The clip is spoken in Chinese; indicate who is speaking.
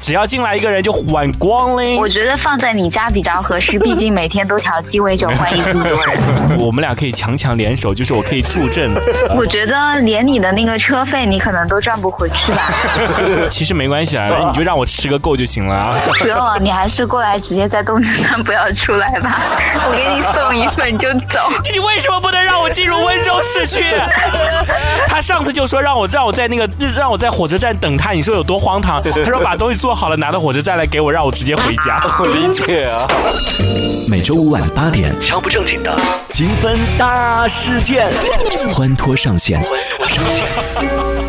Speaker 1: 只要进来一个人就玩光嘞。
Speaker 2: 我觉得放在你家比较合适，毕竟每天都调鸡尾酒欢迎这么多人。
Speaker 1: 我们俩可以强强联手，就是我可以助阵。
Speaker 2: 我觉得连你的那个车费，你可能都赚不回去吧。
Speaker 1: 其实没关系啊，你就让我吃个够就行了啊。
Speaker 2: 不用了，你还是过来直接在东直站不要出来吧，我给你送一份就走。
Speaker 1: 你为什么不能让我进入温州市区？ 他上次就说让我让我在那个让我在火车站等他，你说有多荒唐？他说把东西做好了，拿到火车站来给我，让我直接回家。
Speaker 3: 我理解啊。
Speaker 4: 每周五晚八点，
Speaker 5: 敲不正经的，
Speaker 4: 勤奋大事件，欢脱上线。
Speaker 5: 欢脱上线。